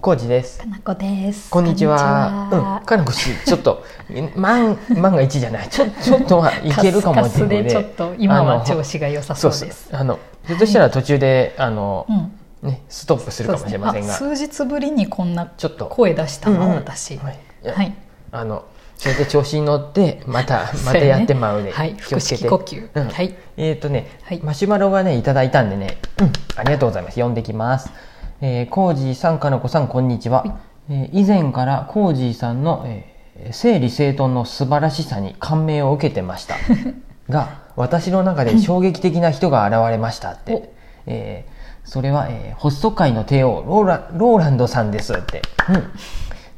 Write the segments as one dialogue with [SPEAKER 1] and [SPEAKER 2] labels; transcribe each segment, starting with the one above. [SPEAKER 1] コージです
[SPEAKER 2] か。なこです。
[SPEAKER 1] こんにちは。うん、かなこ氏、ちょっと、 万、万が一じゃない、ちょ、ちょっとはいけるかもしれない
[SPEAKER 2] カスカスでちょっと今
[SPEAKER 1] あ
[SPEAKER 2] は
[SPEAKER 1] の
[SPEAKER 2] 調子が良さそ
[SPEAKER 1] そうう
[SPEAKER 2] で
[SPEAKER 1] ですす。。あの、ひょっとしたら途中で、あの
[SPEAKER 2] う、ん。
[SPEAKER 1] ね、ストップするかもしれませんが。
[SPEAKER 2] そうですねあ数日ぶりにこんな
[SPEAKER 1] ちょっと
[SPEAKER 2] 声出した
[SPEAKER 1] うん
[SPEAKER 2] の
[SPEAKER 1] うん
[SPEAKER 2] 私。
[SPEAKER 1] は
[SPEAKER 2] はいい。
[SPEAKER 1] いやあの、それで調子に乗って、ま た、またやってまうで、
[SPEAKER 2] はい。
[SPEAKER 1] 気
[SPEAKER 2] 腹
[SPEAKER 1] をつけ
[SPEAKER 2] 式
[SPEAKER 1] て
[SPEAKER 2] 呼。吸。
[SPEAKER 1] うん
[SPEAKER 2] はい。
[SPEAKER 1] えっ、とね、
[SPEAKER 2] はい
[SPEAKER 1] マシュマロがねいただいたんでね、うん、ありがとうございます読んできます、えー、コージーさんかなこさんこんにちは、えー以前からコージーさんの、えー整理整頓の素晴らしさに感銘を受けてました が私の中で衝撃的な人が現れましたって、
[SPEAKER 2] お
[SPEAKER 1] えーそれは、えーホスト界の帝王ローラローランドさんですって、うん、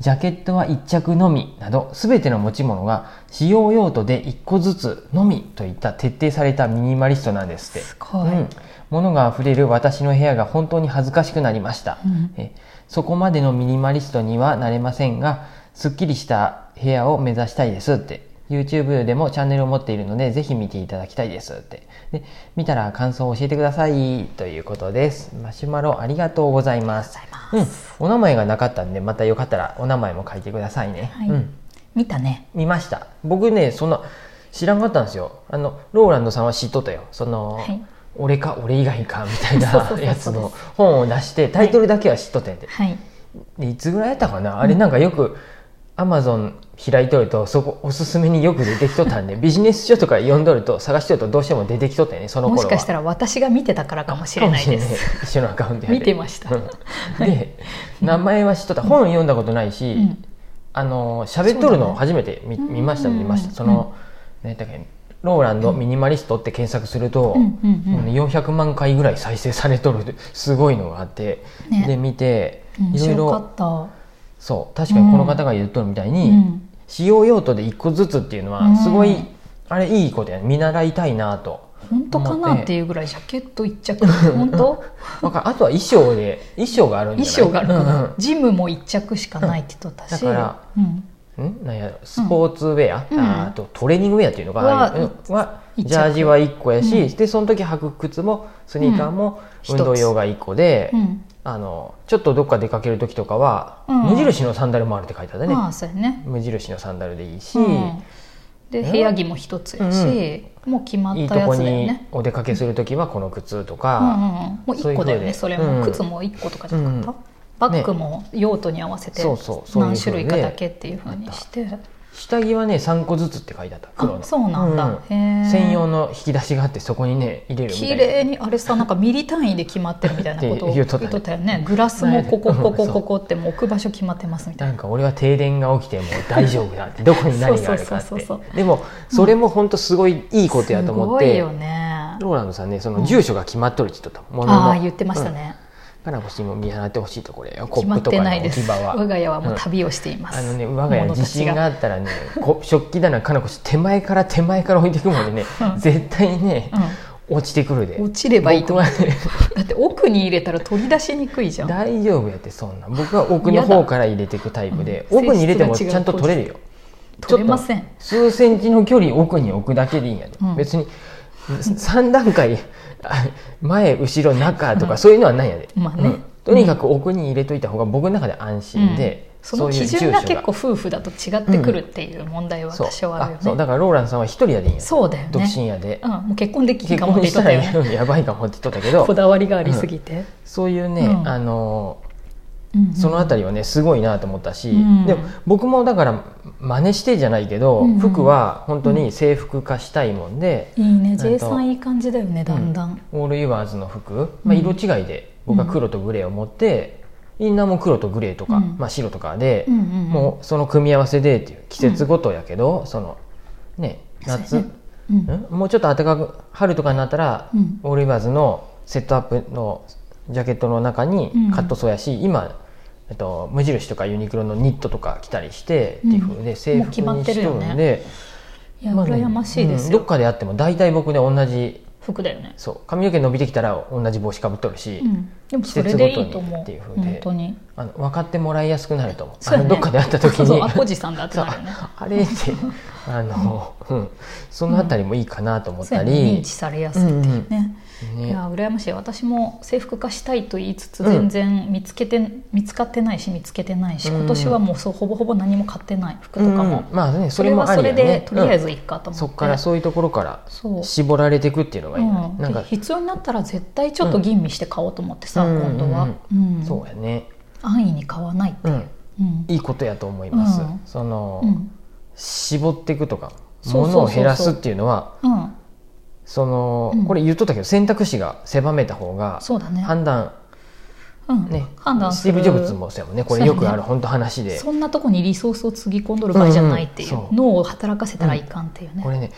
[SPEAKER 1] ジャケットは1着のみなど全ての持ち物が使用用途で1個ずつのみといった徹底されたミニマリストなんですって
[SPEAKER 2] すご
[SPEAKER 1] う
[SPEAKER 2] い
[SPEAKER 1] ん、物があふれる私の部屋が本当に恥ずかしくなりました、
[SPEAKER 2] うん
[SPEAKER 1] えそこまでのミニマリストにはなれませんがすっきりした部屋を目指したいですって YouTube でもチャンネルを持っているのでぜひ見ていただきたいですってで見たら感想を教えてくださいということですマシュマロありがとうございます
[SPEAKER 2] ありがとうございま
[SPEAKER 1] うん、お名前がなかったんでまたよかったらお名前も書いてくださいね、
[SPEAKER 2] はい
[SPEAKER 1] うん、
[SPEAKER 2] 見たね。
[SPEAKER 1] 見ました僕ねそんな知らんかったんですよあのローランドさんは知っとったよその、
[SPEAKER 2] はい
[SPEAKER 1] 俺か俺以外かみたい
[SPEAKER 2] そうそ
[SPEAKER 1] な
[SPEAKER 2] うそうそう
[SPEAKER 1] やつの本を出してタイトルだけは知っとったんやて、
[SPEAKER 2] はい。
[SPEAKER 1] でいつぐらいやったかなあれなんかよくアマゾン開いとるとそこおすすめによく出てきとったんでビジネス書とか読んどると探しとるとどうしても出てきとったよねその頃
[SPEAKER 2] も
[SPEAKER 1] は
[SPEAKER 2] しかしたら私が見てたからかもしれないで
[SPEAKER 1] かもし
[SPEAKER 2] す。
[SPEAKER 1] れない一緒のアカウントやで
[SPEAKER 2] 見てました
[SPEAKER 1] うんで名前は知っとった本読んだことないし、
[SPEAKER 2] うん
[SPEAKER 1] あの喋っとるのを初めて見,、
[SPEAKER 2] そうだね
[SPEAKER 1] 見ました
[SPEAKER 2] うん
[SPEAKER 1] 見ましたその、何だっけローランドミニマリストって検索すると、
[SPEAKER 2] うんうんうん
[SPEAKER 1] うん400万回ぐらい再生されとる すごいのがあって、
[SPEAKER 2] ね
[SPEAKER 1] で見て
[SPEAKER 2] 面
[SPEAKER 1] いろい
[SPEAKER 2] 白か
[SPEAKER 1] ろ
[SPEAKER 2] っ
[SPEAKER 1] そう確かにこの方が言っとるみたい
[SPEAKER 2] た。
[SPEAKER 1] に、
[SPEAKER 2] うん。
[SPEAKER 1] 使用用途で1個ずつっていうの
[SPEAKER 2] う
[SPEAKER 1] は
[SPEAKER 2] ん
[SPEAKER 1] すごい、あれいいことやね見習いたいなと。
[SPEAKER 2] 本当かなっていうぐらいジャケット一着。本当？
[SPEAKER 1] わかるあとは衣装で衣装があるん
[SPEAKER 2] 衣
[SPEAKER 1] じゃない
[SPEAKER 2] 装がある
[SPEAKER 1] う
[SPEAKER 2] か
[SPEAKER 1] ん
[SPEAKER 2] ら、ジムも一着しかないって言っとったし、
[SPEAKER 1] うんだから
[SPEAKER 2] うん
[SPEAKER 1] うん、んなんやろスポーツウェア、
[SPEAKER 2] うん
[SPEAKER 1] あーあとトレーニングウェアっていうのが
[SPEAKER 2] は
[SPEAKER 1] ああいううんは
[SPEAKER 2] 一着
[SPEAKER 1] ジャージは1個やし、
[SPEAKER 2] うん
[SPEAKER 1] でその時履く靴もスニーカーも
[SPEAKER 2] うん
[SPEAKER 1] 運動用が1個で、
[SPEAKER 2] うん
[SPEAKER 1] あのちょっとどっか出かける時とかは、
[SPEAKER 2] うん
[SPEAKER 1] 無印のサンダルもあるって書いてあったね、
[SPEAKER 2] まあそうやね、
[SPEAKER 1] 無印のサンダルでいいし、
[SPEAKER 2] うん、で
[SPEAKER 1] うん
[SPEAKER 2] 部屋着も一つやし、もう決まっ
[SPEAKER 1] いい
[SPEAKER 2] た
[SPEAKER 1] と
[SPEAKER 2] や
[SPEAKER 1] こ
[SPEAKER 2] つだよ
[SPEAKER 1] に
[SPEAKER 2] ね
[SPEAKER 1] お出かけする時はこの靴と
[SPEAKER 2] うんうんう
[SPEAKER 1] か、
[SPEAKER 2] んもう一個だよねそ
[SPEAKER 1] そうい
[SPEAKER 2] れ
[SPEAKER 1] う風で
[SPEAKER 2] も
[SPEAKER 1] うん
[SPEAKER 2] 靴も一個とかじゃなかった、
[SPEAKER 1] うん
[SPEAKER 2] バッグも用途に合わせて
[SPEAKER 1] そうそうそういう風で
[SPEAKER 2] 何種類かだけっていうふうにして、
[SPEAKER 1] 下着はね3個ずつって書いてあった黒
[SPEAKER 2] あ
[SPEAKER 1] の
[SPEAKER 2] そうなんだ、
[SPEAKER 1] うん
[SPEAKER 2] へえ
[SPEAKER 1] 専用の引き出しがあってそこにね入れるみた
[SPEAKER 2] 綺
[SPEAKER 1] いな
[SPEAKER 2] 麗にあれさなんかミリ単位で決まってる みたいなことを
[SPEAKER 1] って言
[SPEAKER 2] 言
[SPEAKER 1] う
[SPEAKER 2] っ
[SPEAKER 1] と
[SPEAKER 2] と
[SPEAKER 1] ったね
[SPEAKER 2] ったよねグラスもここ
[SPEAKER 1] うん
[SPEAKER 2] ここ
[SPEAKER 1] そう
[SPEAKER 2] ここってもう置く場所決まってます みたいな
[SPEAKER 1] なんか俺は停電が起きても大丈夫だってどこに何があるかっ
[SPEAKER 2] そうそう
[SPEAKER 1] て
[SPEAKER 2] そうそ
[SPEAKER 1] でもそれも本当すごいいいことやと思っ
[SPEAKER 2] すご
[SPEAKER 1] て、
[SPEAKER 2] いよね
[SPEAKER 1] ローランドさんねその住所が決まっとるって言っとったものの
[SPEAKER 2] ああ言ってましたね、
[SPEAKER 1] うんかなこ氏も見習ってほしいとこれよコ
[SPEAKER 2] 決
[SPEAKER 1] ッ
[SPEAKER 2] まっ
[SPEAKER 1] プと
[SPEAKER 2] て
[SPEAKER 1] か
[SPEAKER 2] な
[SPEAKER 1] の
[SPEAKER 2] いで
[SPEAKER 1] 置
[SPEAKER 2] す
[SPEAKER 1] き場は、
[SPEAKER 2] 我が家はもう
[SPEAKER 1] うん
[SPEAKER 2] 旅をしています、
[SPEAKER 1] あのね我が家
[SPEAKER 2] 物
[SPEAKER 1] 自
[SPEAKER 2] たち
[SPEAKER 1] 信があったらねこ食器棚かなこ氏手前から手前から置いてくもんでね、
[SPEAKER 2] うん
[SPEAKER 1] 絶対ね、落ちてくるで
[SPEAKER 2] うん落ちればいいと思う
[SPEAKER 1] 僕はね
[SPEAKER 2] だって奥に入れたら取り出しにくいじゃん
[SPEAKER 1] 大丈夫やってそんな僕は奥の方から入れていくタイプで、
[SPEAKER 2] うん
[SPEAKER 1] 奥に入れても
[SPEAKER 2] 性質
[SPEAKER 1] ち
[SPEAKER 2] が違う
[SPEAKER 1] ゃんと取れるよ
[SPEAKER 2] 取れませ
[SPEAKER 1] ちょ
[SPEAKER 2] ん
[SPEAKER 1] っと数センチの距離奥に置くだけでいいんやで、
[SPEAKER 2] うん
[SPEAKER 1] 別に3段階あ前後ろ中とかそういうのはないんやで、
[SPEAKER 2] まあね
[SPEAKER 1] うんとにかく奥に入れといた方が僕の中で安心で、
[SPEAKER 2] うんその基準が結構夫婦だと違ってくるっていう問題は
[SPEAKER 1] そう
[SPEAKER 2] 私はある
[SPEAKER 1] あそ
[SPEAKER 2] よ
[SPEAKER 1] う
[SPEAKER 2] ね
[SPEAKER 1] だからローランさんは一人やでいいんやで
[SPEAKER 2] そうだよ
[SPEAKER 1] 独身
[SPEAKER 2] ね、
[SPEAKER 1] やで
[SPEAKER 2] うん、もう結婚できん
[SPEAKER 1] 結
[SPEAKER 2] かもっ
[SPEAKER 1] 婚
[SPEAKER 2] て言
[SPEAKER 1] した
[SPEAKER 2] っとった
[SPEAKER 1] ら
[SPEAKER 2] よね
[SPEAKER 1] やばいかもって言っとったけど
[SPEAKER 2] こだわりがありすぎて、
[SPEAKER 1] そういうね、
[SPEAKER 2] うん
[SPEAKER 1] あの
[SPEAKER 2] うんうん
[SPEAKER 1] そのあたりはねすごいなと思ったし、
[SPEAKER 2] うん
[SPEAKER 1] でも僕もだから真似してじゃないけど、
[SPEAKER 2] うんうん
[SPEAKER 1] 服は本当に制服化したいもんで、
[SPEAKER 2] いいね
[SPEAKER 1] と
[SPEAKER 2] J さんいい感じだよねだんだん、
[SPEAKER 1] オールユアーズの服、まあ、色違いで僕は黒とグレーを持って、インナーも黒とグレーとか、
[SPEAKER 2] うん
[SPEAKER 1] まあ、白とかで、
[SPEAKER 2] うんうんうん
[SPEAKER 1] もうその組み合わせでっていう季節ごとやけど、そのね夏、
[SPEAKER 2] そうやねうん
[SPEAKER 1] んもうちょっと暖かく春とかになったら、
[SPEAKER 2] うん
[SPEAKER 1] オールイバーズのセットアップのジャケットの中に
[SPEAKER 2] うん
[SPEAKER 1] カットソーやし、今、えっと、無印とかユニクロのニットとか着たりして、っていうふうで制
[SPEAKER 2] もう決
[SPEAKER 1] 服
[SPEAKER 2] まっ
[SPEAKER 1] に
[SPEAKER 2] て
[SPEAKER 1] し
[SPEAKER 2] る
[SPEAKER 1] と
[SPEAKER 2] よ
[SPEAKER 1] るん
[SPEAKER 2] ね
[SPEAKER 1] で、
[SPEAKER 2] いや、
[SPEAKER 1] まあね
[SPEAKER 2] 羨ましいです
[SPEAKER 1] うん
[SPEAKER 2] よ、
[SPEAKER 1] どっかであっても大体僕ね同じ
[SPEAKER 2] 服だよね、
[SPEAKER 1] そう髪の毛伸びてきたら同じ帽子かぶっとるし、
[SPEAKER 2] うん、でもそれでいいと思う
[SPEAKER 1] 季節ごとにっていう風で
[SPEAKER 2] 本当に
[SPEAKER 1] あの分かってもらいやすくなると思う
[SPEAKER 2] そうや
[SPEAKER 1] あ
[SPEAKER 2] ね
[SPEAKER 1] のどっかで会った時
[SPEAKER 2] そ
[SPEAKER 1] に
[SPEAKER 2] うそうアコジさんだって
[SPEAKER 1] そう
[SPEAKER 2] なるよね
[SPEAKER 1] あれってあの、うん、そのあたりもいいかなと思っ
[SPEAKER 2] そう
[SPEAKER 1] た
[SPEAKER 2] やね認
[SPEAKER 1] り
[SPEAKER 2] 知、されや
[SPEAKER 1] う
[SPEAKER 2] すい
[SPEAKER 1] んうん
[SPEAKER 2] ね、い
[SPEAKER 1] ね
[SPEAKER 2] や羨ましい私も制服化したいと言いつつ
[SPEAKER 1] うん
[SPEAKER 2] 全然見つけて、見つかってないし見つけてないし
[SPEAKER 1] うん
[SPEAKER 2] 今年はもうそうほぼほぼ何も買ってない服と
[SPEAKER 1] うん
[SPEAKER 2] かも、
[SPEAKER 1] まあねそ
[SPEAKER 2] そ
[SPEAKER 1] れ
[SPEAKER 2] れ
[SPEAKER 1] も
[SPEAKER 2] は
[SPEAKER 1] あ
[SPEAKER 2] そ
[SPEAKER 1] りや
[SPEAKER 2] れ
[SPEAKER 1] ね
[SPEAKER 2] で、とりあえず
[SPEAKER 1] うん
[SPEAKER 2] いっかと思っ
[SPEAKER 1] そ
[SPEAKER 2] て、
[SPEAKER 1] っからそういうところから
[SPEAKER 2] そう
[SPEAKER 1] 絞られていくっていうのがいいよね、
[SPEAKER 2] うん
[SPEAKER 1] なんか
[SPEAKER 2] で必要になったら絶対ちょっと吟味して買おうと思ってさ、
[SPEAKER 1] うん
[SPEAKER 2] 今度は、うん
[SPEAKER 1] そうやね、
[SPEAKER 2] 安易に買わない、
[SPEAKER 1] うん、
[SPEAKER 2] うん
[SPEAKER 1] いいことやと思います、
[SPEAKER 2] うん
[SPEAKER 1] その、
[SPEAKER 2] うん
[SPEAKER 1] 絞っていくとか
[SPEAKER 2] そうそうそうそう
[SPEAKER 1] 物を減らすっていうのは
[SPEAKER 2] うん、
[SPEAKER 1] その、
[SPEAKER 2] うん
[SPEAKER 1] これ言っとったけど選択肢が狭めた方が
[SPEAKER 2] そうだね
[SPEAKER 1] 判断
[SPEAKER 2] うん
[SPEAKER 1] ね
[SPEAKER 2] 判断
[SPEAKER 1] ス
[SPEAKER 2] す
[SPEAKER 1] ティー
[SPEAKER 2] る
[SPEAKER 1] ブ・ジョブズもそうやもんねこれ
[SPEAKER 2] そう
[SPEAKER 1] よ
[SPEAKER 2] やね
[SPEAKER 1] くある本当話で、
[SPEAKER 2] そんなとこにリソースをつぎ込んどる場合じゃないっていう,、
[SPEAKER 1] うんうんそう
[SPEAKER 2] 脳を働かせたらいかんっていうね、
[SPEAKER 1] これね、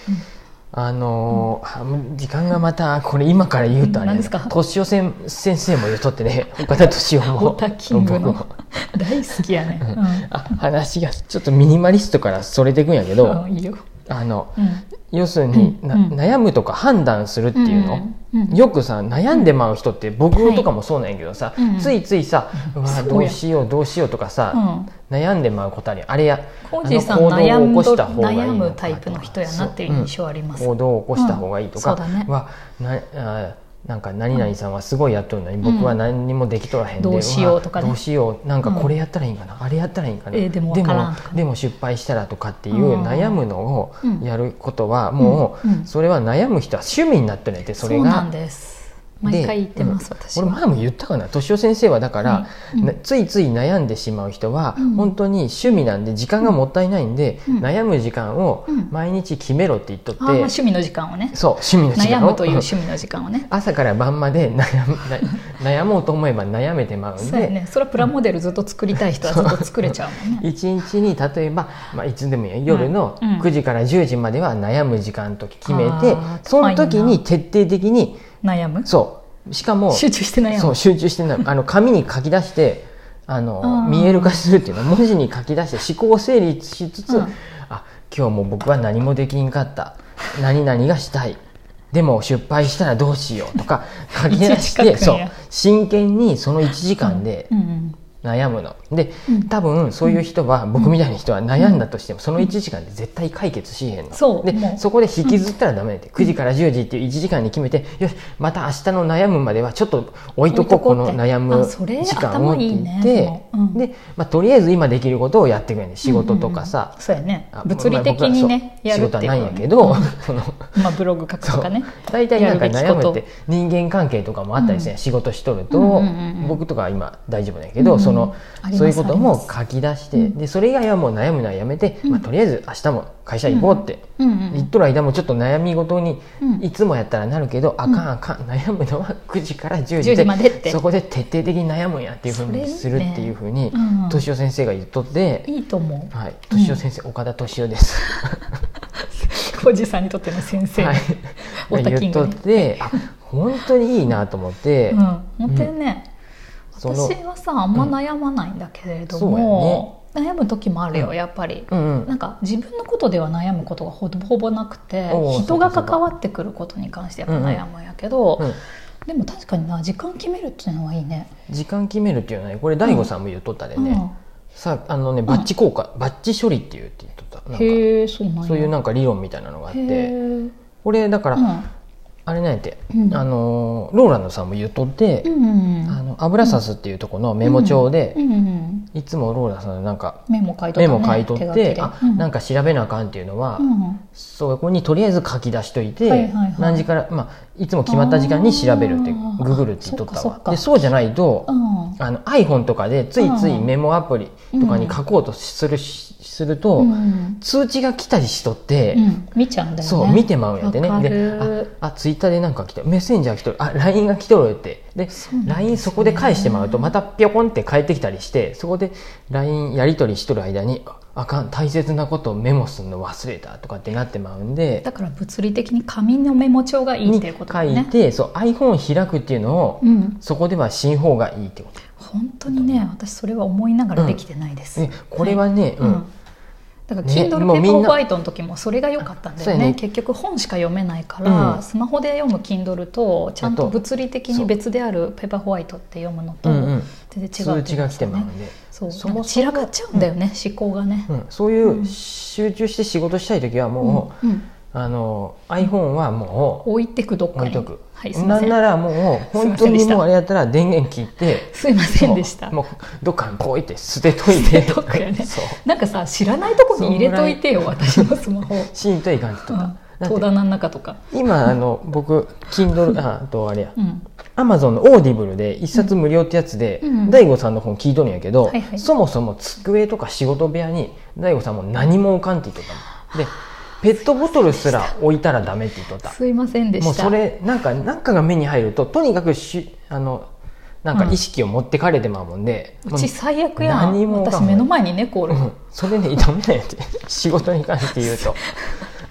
[SPEAKER 1] あのーあもう時間がまたこれ今から言うとあれ
[SPEAKER 2] うん何ですか
[SPEAKER 1] 年先先生も言うとってね 岡田敏夫も
[SPEAKER 2] オタキングの
[SPEAKER 1] 僕も
[SPEAKER 2] 大好きやね、うん
[SPEAKER 1] あ話がちょっとミニマリストからそれていくんやけど、
[SPEAKER 2] うんいいよ、
[SPEAKER 1] あの
[SPEAKER 2] うん
[SPEAKER 1] 要するに、
[SPEAKER 2] うん
[SPEAKER 1] な
[SPEAKER 2] うん
[SPEAKER 1] 悩むとか判断するっていうの、
[SPEAKER 2] うんうん
[SPEAKER 1] よくさ悩んでまう人って僕とかもそうなんやけどさ、
[SPEAKER 2] はいうん
[SPEAKER 1] ついついさ、うわ
[SPEAKER 2] そうや
[SPEAKER 1] どうしようどうしようとか
[SPEAKER 2] う
[SPEAKER 1] さ、
[SPEAKER 2] ん、
[SPEAKER 1] 悩んでまうことあるやんあれや
[SPEAKER 2] コージーさ
[SPEAKER 1] あ
[SPEAKER 2] ん
[SPEAKER 1] の
[SPEAKER 2] 悩
[SPEAKER 1] 行動
[SPEAKER 2] む
[SPEAKER 1] を起こした方がいいのか
[SPEAKER 2] 悩むタイプの人やなっていう印象あります、
[SPEAKER 1] 行動を起こした方がいいとか、
[SPEAKER 2] うんそうだね
[SPEAKER 1] わなあなんか何々さんはすごいやっとるのに僕は何にもできとらへんで、
[SPEAKER 2] うんどうしようとかね
[SPEAKER 1] わどうしようなんかこれやったらいいんかな、あれやったらいいんかな、
[SPEAKER 2] えーでもわ
[SPEAKER 1] で
[SPEAKER 2] から
[SPEAKER 1] も
[SPEAKER 2] んとかね
[SPEAKER 1] でも失敗したらとかっていう
[SPEAKER 2] うん
[SPEAKER 1] 悩むのを
[SPEAKER 2] うん
[SPEAKER 1] やることはもう、
[SPEAKER 2] うんうん
[SPEAKER 1] それは悩む人は趣味になってるんやってそ
[SPEAKER 2] そ
[SPEAKER 1] れ
[SPEAKER 2] うなん
[SPEAKER 1] が。
[SPEAKER 2] です
[SPEAKER 1] で
[SPEAKER 2] 毎回言ってます、
[SPEAKER 1] うん
[SPEAKER 2] 私
[SPEAKER 1] 俺
[SPEAKER 2] は
[SPEAKER 1] 前も言ったかな敏夫先生はだから、
[SPEAKER 2] うんうん
[SPEAKER 1] なついつい悩んでしまう人は、
[SPEAKER 2] うん
[SPEAKER 1] 本当に趣味なんで時間がもったいないんで、
[SPEAKER 2] うん
[SPEAKER 1] 悩む時間を
[SPEAKER 2] うん
[SPEAKER 1] 毎日決めろって言っとって、
[SPEAKER 2] あーまあ趣味の時間をね
[SPEAKER 1] そう趣味の時
[SPEAKER 2] 悩
[SPEAKER 1] 間を
[SPEAKER 2] むという趣味の時間をね
[SPEAKER 1] 朝から晩まで悩むな悩もうと思えば悩めてまうん
[SPEAKER 2] そうや
[SPEAKER 1] で、
[SPEAKER 2] ねそれはプラモデルずっと作りたい人はずっと作れちゃうも んね
[SPEAKER 1] 一日に例えば、まあ、いつでもいいよ夜の
[SPEAKER 2] うん
[SPEAKER 1] 9時から10時までは悩む時間と決めて、
[SPEAKER 2] あー
[SPEAKER 1] その時
[SPEAKER 2] 高い
[SPEAKER 1] に徹底的に
[SPEAKER 2] 悩む
[SPEAKER 1] そうしかも
[SPEAKER 2] 集中して悩
[SPEAKER 1] そう
[SPEAKER 2] む
[SPEAKER 1] 集中して ないあの紙に書き出してあの
[SPEAKER 2] あー
[SPEAKER 1] 見える化するっていうの文字に書き出して思考を整理しつつ、
[SPEAKER 2] うん
[SPEAKER 1] あ今日も僕は何もできんかった何々がしたいでも失敗したらどうしようとか書き出し
[SPEAKER 2] 一
[SPEAKER 1] て
[SPEAKER 2] 日書く
[SPEAKER 1] そ
[SPEAKER 2] ん
[SPEAKER 1] う
[SPEAKER 2] や
[SPEAKER 1] 真剣にその1時間で
[SPEAKER 2] うんうん
[SPEAKER 1] 悩むの。で
[SPEAKER 2] うん
[SPEAKER 1] 多分そういう人は、僕みたいな人は悩んだとしてもその1時間で絶対解決しへんの。
[SPEAKER 2] そう
[SPEAKER 1] で
[SPEAKER 2] もう
[SPEAKER 1] そこで引きずったらダメだって9時から10時っていう1時間に決めてよしまた明日の悩むまではちょっと置いとこうこの悩む
[SPEAKER 2] あそれ
[SPEAKER 1] 時間をっ
[SPEAKER 2] 頭
[SPEAKER 1] て
[SPEAKER 2] いい
[SPEAKER 1] 言
[SPEAKER 2] ね
[SPEAKER 1] って
[SPEAKER 2] でもうん
[SPEAKER 1] で、まあ、とりあえず今できることをやっていくんで仕事とかさ。
[SPEAKER 2] そうやね
[SPEAKER 1] あ
[SPEAKER 2] 物理的にね
[SPEAKER 1] まあ
[SPEAKER 2] やるって
[SPEAKER 1] 僕はそう仕事はな
[SPEAKER 2] いうのはいね
[SPEAKER 1] んやけど、
[SPEAKER 2] うん
[SPEAKER 1] その
[SPEAKER 2] まあブログ書くとかね
[SPEAKER 1] 大体なんか
[SPEAKER 2] や
[SPEAKER 1] 悩
[SPEAKER 2] る
[SPEAKER 1] む
[SPEAKER 2] べきこ
[SPEAKER 1] っ
[SPEAKER 2] と
[SPEAKER 1] て人間関係とかもあったりして、
[SPEAKER 2] う
[SPEAKER 1] 仕事しとると、
[SPEAKER 2] うんうんうん
[SPEAKER 1] 僕とかは今大丈夫なんやけど、
[SPEAKER 2] うんうん
[SPEAKER 1] その
[SPEAKER 2] あります
[SPEAKER 1] そういうことも書き出して、
[SPEAKER 2] あります
[SPEAKER 1] でそれ以外はもう悩むのはやめて、
[SPEAKER 2] うん
[SPEAKER 1] まあ、とりあえず明日も会社行こうって、
[SPEAKER 2] うんう
[SPEAKER 1] 言っ
[SPEAKER 2] ん
[SPEAKER 1] とる間もちょっと悩み事に
[SPEAKER 2] うん
[SPEAKER 1] いつもやったらなるけど、あかんあかん悩むのは9時から10時
[SPEAKER 2] 10時までって
[SPEAKER 1] そこで徹底的に悩むんやっていうふうにす
[SPEAKER 2] そ
[SPEAKER 1] る
[SPEAKER 2] れね
[SPEAKER 1] っていうふうに
[SPEAKER 2] うん
[SPEAKER 1] 敏夫先生が言っとって、
[SPEAKER 2] いいと思
[SPEAKER 1] はい、敏夫先生、岡田敏夫です。
[SPEAKER 2] う 小路さんにとっての先生
[SPEAKER 1] はい、
[SPEAKER 2] オタキ
[SPEAKER 1] 言
[SPEAKER 2] ング
[SPEAKER 1] っと
[SPEAKER 2] ね
[SPEAKER 1] ってあ本当にいいなと思って、
[SPEAKER 2] うん本当にね
[SPEAKER 1] その
[SPEAKER 2] 私はさあんま悩まないんだけれども悩む時もあるよやっぱり
[SPEAKER 1] うんうん
[SPEAKER 2] なんか自分のことでは悩むことがほぼほぼなくて
[SPEAKER 1] おー
[SPEAKER 2] 人が
[SPEAKER 1] そうかそうか
[SPEAKER 2] 関わってくることに関してやっぱ悩むんやけど、
[SPEAKER 1] うん
[SPEAKER 2] でも確かにな時間決めるっていうのはいいね。
[SPEAKER 1] 時間決めるっていうのはねこれ大悟さんも言っとったでね、さあのねバッチ効果、バッチ処理っていうって言っとった
[SPEAKER 2] うん、
[SPEAKER 1] なんか
[SPEAKER 2] へえそうなんや。
[SPEAKER 1] そういうなんか理論みたいなのがあっ
[SPEAKER 2] へ
[SPEAKER 1] て
[SPEAKER 2] ー
[SPEAKER 1] これだから、
[SPEAKER 2] うん
[SPEAKER 1] あれなんやって、
[SPEAKER 2] うん
[SPEAKER 1] あのーローランドさんも言っとって、
[SPEAKER 2] うんうん
[SPEAKER 1] あの油さすっていうとこのメモ帳で
[SPEAKER 2] う、んうん、
[SPEAKER 1] いつもローランドさんなんか
[SPEAKER 2] メモ書いとった、
[SPEAKER 1] メ
[SPEAKER 2] ね、
[SPEAKER 1] モ書いとって、
[SPEAKER 2] 手書きで
[SPEAKER 1] あ
[SPEAKER 2] うん、
[SPEAKER 1] なんか調べなあかんっていうのは、
[SPEAKER 2] うん
[SPEAKER 1] そこにとりあえず書き出しといて、
[SPEAKER 2] はいはいはい
[SPEAKER 1] 何時から、まあ、いつも決まった時間に調べるって
[SPEAKER 2] あー
[SPEAKER 1] ググるって言っとった
[SPEAKER 2] そっか
[SPEAKER 1] わ
[SPEAKER 2] そっか
[SPEAKER 1] でそうじゃないと、
[SPEAKER 2] うん
[SPEAKER 1] あの iPhone とかでついつい
[SPEAKER 2] うん
[SPEAKER 1] メモアプリとかに書こうとする,、すると、
[SPEAKER 2] うん
[SPEAKER 1] 通知が来たりしとって、
[SPEAKER 2] うん、見ちゃうんだよね。
[SPEAKER 1] そう見てまうんやってね
[SPEAKER 2] わか
[SPEAKER 1] で
[SPEAKER 2] る
[SPEAKER 1] ああツイッターでなんか来たメッセンジャー来とるあ LINE が来とるってで
[SPEAKER 2] そうなんですね
[SPEAKER 1] LINE そこで返してもらうとまたピョコンって返ってきたりしてそこで LINE やり取りしとる間にああかん大切なことをメモするの忘れたとかってなってまうんで
[SPEAKER 2] だから物理的に紙のメモ帳がいい
[SPEAKER 1] に
[SPEAKER 2] っていうこと
[SPEAKER 1] 書
[SPEAKER 2] だ
[SPEAKER 1] い
[SPEAKER 2] ね。
[SPEAKER 1] てそう iPhone 開くっていうのを、
[SPEAKER 2] うん、
[SPEAKER 1] そこでは新方がいいってこと
[SPEAKER 2] 本当にね私それは思いながらできてないです。
[SPEAKER 1] ねこれはね、
[SPEAKER 2] う
[SPEAKER 1] うんん
[SPEAKER 2] だから
[SPEAKER 1] ね
[SPEAKER 2] Kindle
[SPEAKER 1] もう
[SPEAKER 2] Paper
[SPEAKER 1] みんな
[SPEAKER 2] White の時もそれが良かったんだ
[SPEAKER 1] そう
[SPEAKER 2] よ
[SPEAKER 1] や
[SPEAKER 2] ね
[SPEAKER 1] ね
[SPEAKER 2] 結局本しか読めないから、
[SPEAKER 1] うん
[SPEAKER 2] スマホで読む Kindle とちゃん
[SPEAKER 1] あ
[SPEAKER 2] と
[SPEAKER 1] と
[SPEAKER 2] 物理的
[SPEAKER 1] そ
[SPEAKER 2] に
[SPEAKER 1] う
[SPEAKER 2] 別であるペーパーホワイトって読むのと
[SPEAKER 1] うんうん、
[SPEAKER 2] 全然違う
[SPEAKER 1] 通
[SPEAKER 2] って
[SPEAKER 1] 知
[SPEAKER 2] 言い
[SPEAKER 1] が
[SPEAKER 2] ま
[SPEAKER 1] 来
[SPEAKER 2] す
[SPEAKER 1] て
[SPEAKER 2] よ
[SPEAKER 1] まう
[SPEAKER 2] ね
[SPEAKER 1] んで、
[SPEAKER 2] そう
[SPEAKER 1] そもそも
[SPEAKER 2] なんか散らかっちゃうんだよね、思考がね
[SPEAKER 1] う、ん、そういう
[SPEAKER 2] うん
[SPEAKER 1] 集中して仕事したい時は
[SPEAKER 2] うん
[SPEAKER 1] もう、
[SPEAKER 2] うん
[SPEAKER 1] あの iPhone はも
[SPEAKER 2] 置いてくどっ
[SPEAKER 1] う
[SPEAKER 2] か
[SPEAKER 1] 置
[SPEAKER 2] に
[SPEAKER 1] いとく、
[SPEAKER 2] はいすいま
[SPEAKER 1] な
[SPEAKER 2] せ
[SPEAKER 1] ん
[SPEAKER 2] ん
[SPEAKER 1] ならもう本当にもうあれやったら電源切 って
[SPEAKER 2] すいませんでした
[SPEAKER 1] もうどっかにポイって捨てとい て
[SPEAKER 2] 捨てとくよね
[SPEAKER 1] そう
[SPEAKER 2] なんかさ知らないとこに入れといてよ私のスマホ、
[SPEAKER 1] しんとい感じと
[SPEAKER 2] うん
[SPEAKER 1] か、だ
[SPEAKER 2] 戸
[SPEAKER 1] って
[SPEAKER 2] 棚の中とか、
[SPEAKER 1] 今あの僕 Kindle ああとあれや
[SPEAKER 2] うん、
[SPEAKER 1] アマゾンのオーディブルで一冊無料ってやつで、
[SPEAKER 2] うんうん
[SPEAKER 1] 大悟さんの本聞いとるんやけど、
[SPEAKER 2] はいはい
[SPEAKER 1] そもそも机とか仕事部屋に大悟さんも何も置かんって言っとったのでペットボトルすら置いたらダメって言っとった
[SPEAKER 2] すいませんでした
[SPEAKER 1] もうそれなんかなんかが目に入るととにかくしあのなんか意識を持ってかれてまうもんで、
[SPEAKER 2] う
[SPEAKER 1] もう
[SPEAKER 2] ち最悪や
[SPEAKER 1] 何
[SPEAKER 2] ん
[SPEAKER 1] もか
[SPEAKER 2] 私
[SPEAKER 1] も
[SPEAKER 2] 目の前に猫おる、
[SPEAKER 1] うんそれね痛めないって 仕事に関して言うとだか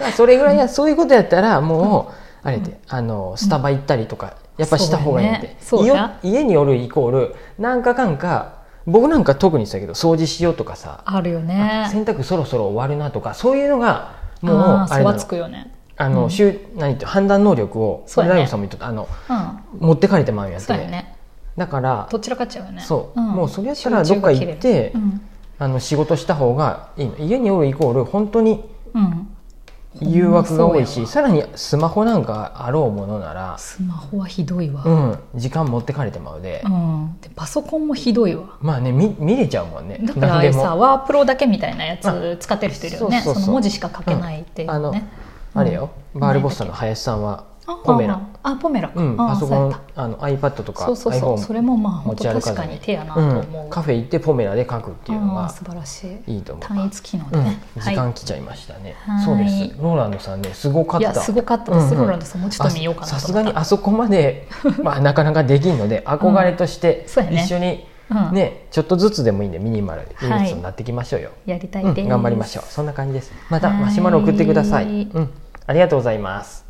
[SPEAKER 1] らそれぐらいやそういうことやったらもうあれであのスタバ行ったりとかやっぱした方がいいんで、
[SPEAKER 2] そうやねそうや
[SPEAKER 1] 家家におるイコールなんかかんか僕なんか特にそうやけど掃除しようとかさ、
[SPEAKER 2] あるよ
[SPEAKER 1] あ
[SPEAKER 2] ね
[SPEAKER 1] 洗濯そろそろ終わるなとかそういうのがもう
[SPEAKER 2] あ
[SPEAKER 1] あ
[SPEAKER 2] あ
[SPEAKER 1] れ
[SPEAKER 2] そ
[SPEAKER 1] な
[SPEAKER 2] ば
[SPEAKER 1] の
[SPEAKER 2] つくよね
[SPEAKER 1] あの、
[SPEAKER 2] うん
[SPEAKER 1] しゅ何て判断能力を
[SPEAKER 2] そう
[SPEAKER 1] 俺
[SPEAKER 2] や
[SPEAKER 1] ライ
[SPEAKER 2] ね
[SPEAKER 1] オンさんも言っとったあの
[SPEAKER 2] うん
[SPEAKER 1] 持ってかれてまうんやって
[SPEAKER 2] そうやね
[SPEAKER 1] だから
[SPEAKER 2] どちらかっちゃうよね
[SPEAKER 1] そう、
[SPEAKER 2] ん
[SPEAKER 1] もうそれやったらどっか行っ
[SPEAKER 2] 集中が切れ
[SPEAKER 1] て
[SPEAKER 2] るうん
[SPEAKER 1] あの仕事した方がいいの家におるイコール本当に
[SPEAKER 2] うん
[SPEAKER 1] 誘惑が多いし、
[SPEAKER 2] うん
[SPEAKER 1] さらにスマホなんかあろうものなら、
[SPEAKER 2] スマホはひどいわ、
[SPEAKER 1] う
[SPEAKER 2] うん
[SPEAKER 1] ん、時間持ってかれてまうで、
[SPEAKER 2] でパソコンもひどいわ
[SPEAKER 1] まあね見見れちゃうもんね
[SPEAKER 2] だからあ
[SPEAKER 1] 何
[SPEAKER 2] れ
[SPEAKER 1] で
[SPEAKER 2] さ
[SPEAKER 1] も
[SPEAKER 2] ワープロだけみたいなやつ使ってる人いるよね
[SPEAKER 1] あそうそうそう
[SPEAKER 2] の文字しか書けないっていう
[SPEAKER 1] あの、
[SPEAKER 2] ね、
[SPEAKER 1] あれよ
[SPEAKER 2] うん
[SPEAKER 1] バールボッサの林さんは
[SPEAKER 2] あ
[SPEAKER 1] ポメラ、
[SPEAKER 2] あポメラか、
[SPEAKER 1] うん、
[SPEAKER 2] あ
[SPEAKER 1] パソコ
[SPEAKER 2] そう
[SPEAKER 1] ン
[SPEAKER 2] やっ
[SPEAKER 1] あの iPad と
[SPEAKER 2] た
[SPEAKER 1] か
[SPEAKER 2] そうそうそう
[SPEAKER 1] iPhone
[SPEAKER 2] それもまあ
[SPEAKER 1] 持
[SPEAKER 2] 本
[SPEAKER 1] ち
[SPEAKER 2] 当
[SPEAKER 1] 歩か
[SPEAKER 2] 確
[SPEAKER 1] ず
[SPEAKER 2] か
[SPEAKER 1] に
[SPEAKER 2] に手やなと
[SPEAKER 1] う
[SPEAKER 2] 思う、
[SPEAKER 1] ん、カフェ行ってポメラで書くっていうの
[SPEAKER 2] あー
[SPEAKER 1] が
[SPEAKER 2] 素晴らしい
[SPEAKER 1] いいと思う
[SPEAKER 2] 単一機能で
[SPEAKER 1] うん
[SPEAKER 2] ね、、
[SPEAKER 1] 時
[SPEAKER 2] は
[SPEAKER 1] 間
[SPEAKER 2] い
[SPEAKER 1] 来ちゃいましたね、
[SPEAKER 2] はい
[SPEAKER 1] そうですローランドさんねすごかっ
[SPEAKER 2] い
[SPEAKER 1] た
[SPEAKER 2] やすごかったです、
[SPEAKER 1] うんうん
[SPEAKER 2] ローランドさんもうちょっと見ようかなと
[SPEAKER 1] あ
[SPEAKER 2] 思っ
[SPEAKER 1] さ
[SPEAKER 2] た
[SPEAKER 1] すがにあそこま で、まあ、なかなかできんので憧れとして
[SPEAKER 2] そうやね
[SPEAKER 1] 一緒に、
[SPEAKER 2] うん
[SPEAKER 1] ね、ちょっとずつでもいいんでミニマル
[SPEAKER 2] は
[SPEAKER 1] ユ
[SPEAKER 2] い
[SPEAKER 1] ニットになっていきましょうよ、
[SPEAKER 2] やりた
[SPEAKER 1] う
[SPEAKER 2] い
[SPEAKER 1] ん
[SPEAKER 2] です、
[SPEAKER 1] 頑張りましょうそんな感じですまた
[SPEAKER 2] はい
[SPEAKER 1] マシュマロ送ってください、うん、ありがとうございます